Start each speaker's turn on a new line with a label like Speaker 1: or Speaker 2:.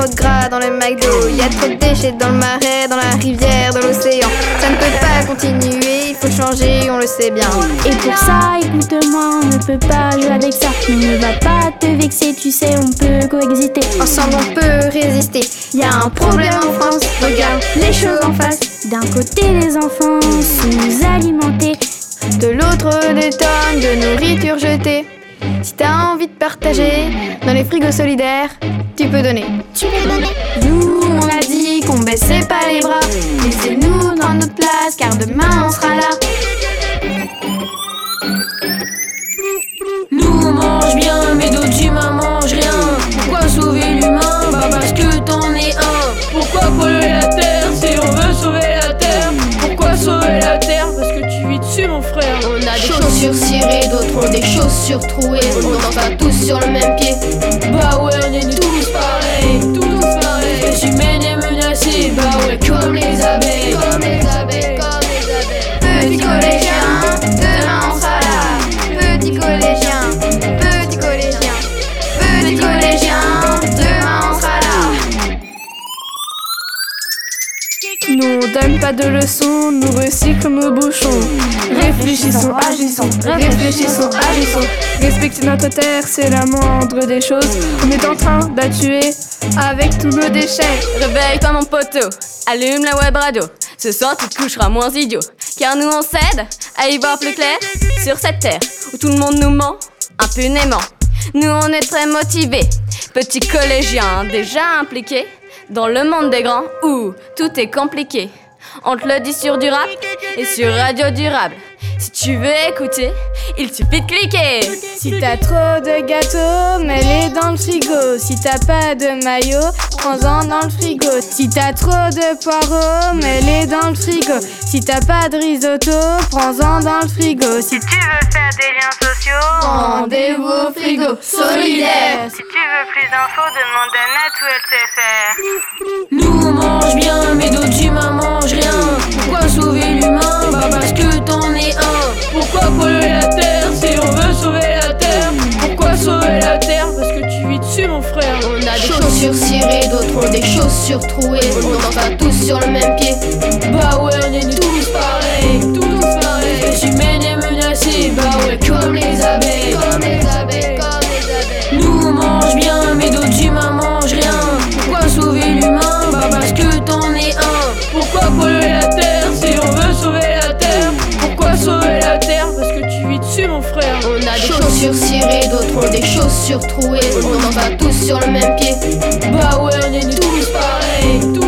Speaker 1: le McDo. Y a trop de déchets dans le marais, dans la rivière, dans l'océan. Ça ne peut pas continuer, il faut changer, on le sait bien.
Speaker 2: Et pour ça, écoute-moi, on ne peut pas jouer avec ça. On ne va pas te vexer, tu sais, on peut coexister. Oh,
Speaker 1: Ensemble, on peut résister. Y a un problème en France, regarde les choses en face.
Speaker 2: D'un côté, les enfants sous-alimentés.
Speaker 1: De l'autre, des tonnes de nourriture jetée. Si t'as envie de partager, dans les frigos solidaires, tu peux donner.
Speaker 3: Tu peux donner
Speaker 1: Nous, on a dit qu'on baissait pas les bras. Laissez-nous dans notre place, car demain on sera là.
Speaker 4: Nous on mange bien, mais d'autres humains mangent rien. Pourquoi sauver l'humain Bah parce que t'en es un. Pourquoi polluer la terre si on veut sauver la terre Pourquoi sauver la terre Parce que tu vis dessus, mon frère.
Speaker 3: On a des chaussures cirées, d'autres ont des chaussures trouées. On danse pas tous sur le même pied.
Speaker 4: Bah ouais, on est tous pareils, tous pareils. L'espèce humaine est menacée, bah ouais, comme les abeilles.
Speaker 3: Comme les abeilles, comme les abeilles.
Speaker 1: Petit collégien, demain on sera là. Petit collégien, petit collégien, petit collégien, demain on sera là. Nous on donne pas de leçons, nous recyclons nos bouchons. Réfléchissons, agissons, réfléchissons, agissons. Respecter notre terre, c'est la moindre des choses. On est en train de la tuer avec tous nos déchets.
Speaker 5: Réveille-toi mon poteau, allume la web radio. Ce soir tu te coucheras moins idiot. Car nous on s'aide à y voir plus clair sur cette terre où tout le monde nous ment impunément. Nous on est très motivés, petits collégiens déjà impliqués dans le monde des grands où tout est compliqué. On te le dit sur du rap et sur Radio Durable. Si tu veux écouter, il suffit de cliquer.
Speaker 1: Si t'as trop de gâteaux, mets-les dans le frigo. Si t'as pas de maillot, prends-en dans le frigo. Si t'as trop de poireaux, mets-les dans le frigo. Si t'as pas de risotto, prends-en dans le frigo. Si tu
Speaker 6: veux faire des liens sociaux
Speaker 1: rendez-vous au frigo solidaire.
Speaker 6: Si tu veux plus d'infos, demande à Nat ou LCFR.
Speaker 4: Nous on mange bien, mais d'autres humains mangent rien. Pourquoi sauver l'humain Bah parce que t'en es un. Pourquoi polluer la terre si on veut sauver la terre Pourquoi sauver la terre Parce que tu vis dessus, mon frère.
Speaker 3: On a des chaussures cirées, d'autres ont des chaussures trouées. On danse pas tous sur le même pied.
Speaker 4: Bah ouais, on est tous pareils, tous pareils. L'espèce humaine est menacée, bah ouais, comme les abeilles.
Speaker 3: Comme les abeilles, comme les abeilles.
Speaker 4: Nous on mange bien, mais d'autres humains mangent rien. Pourquoi sauver l'humain Bah parce que t'en es un. Pourquoi polluer la terre si on veut sauver la terre Pourquoi sauver la terre Parce que tu vis dessus, mon frère.
Speaker 3: On a des chaussures cirées, d'autres ont des chaussures trouées. On danse pas tous sur le même pied.
Speaker 4: Bah ouais, on est tous pareils, tous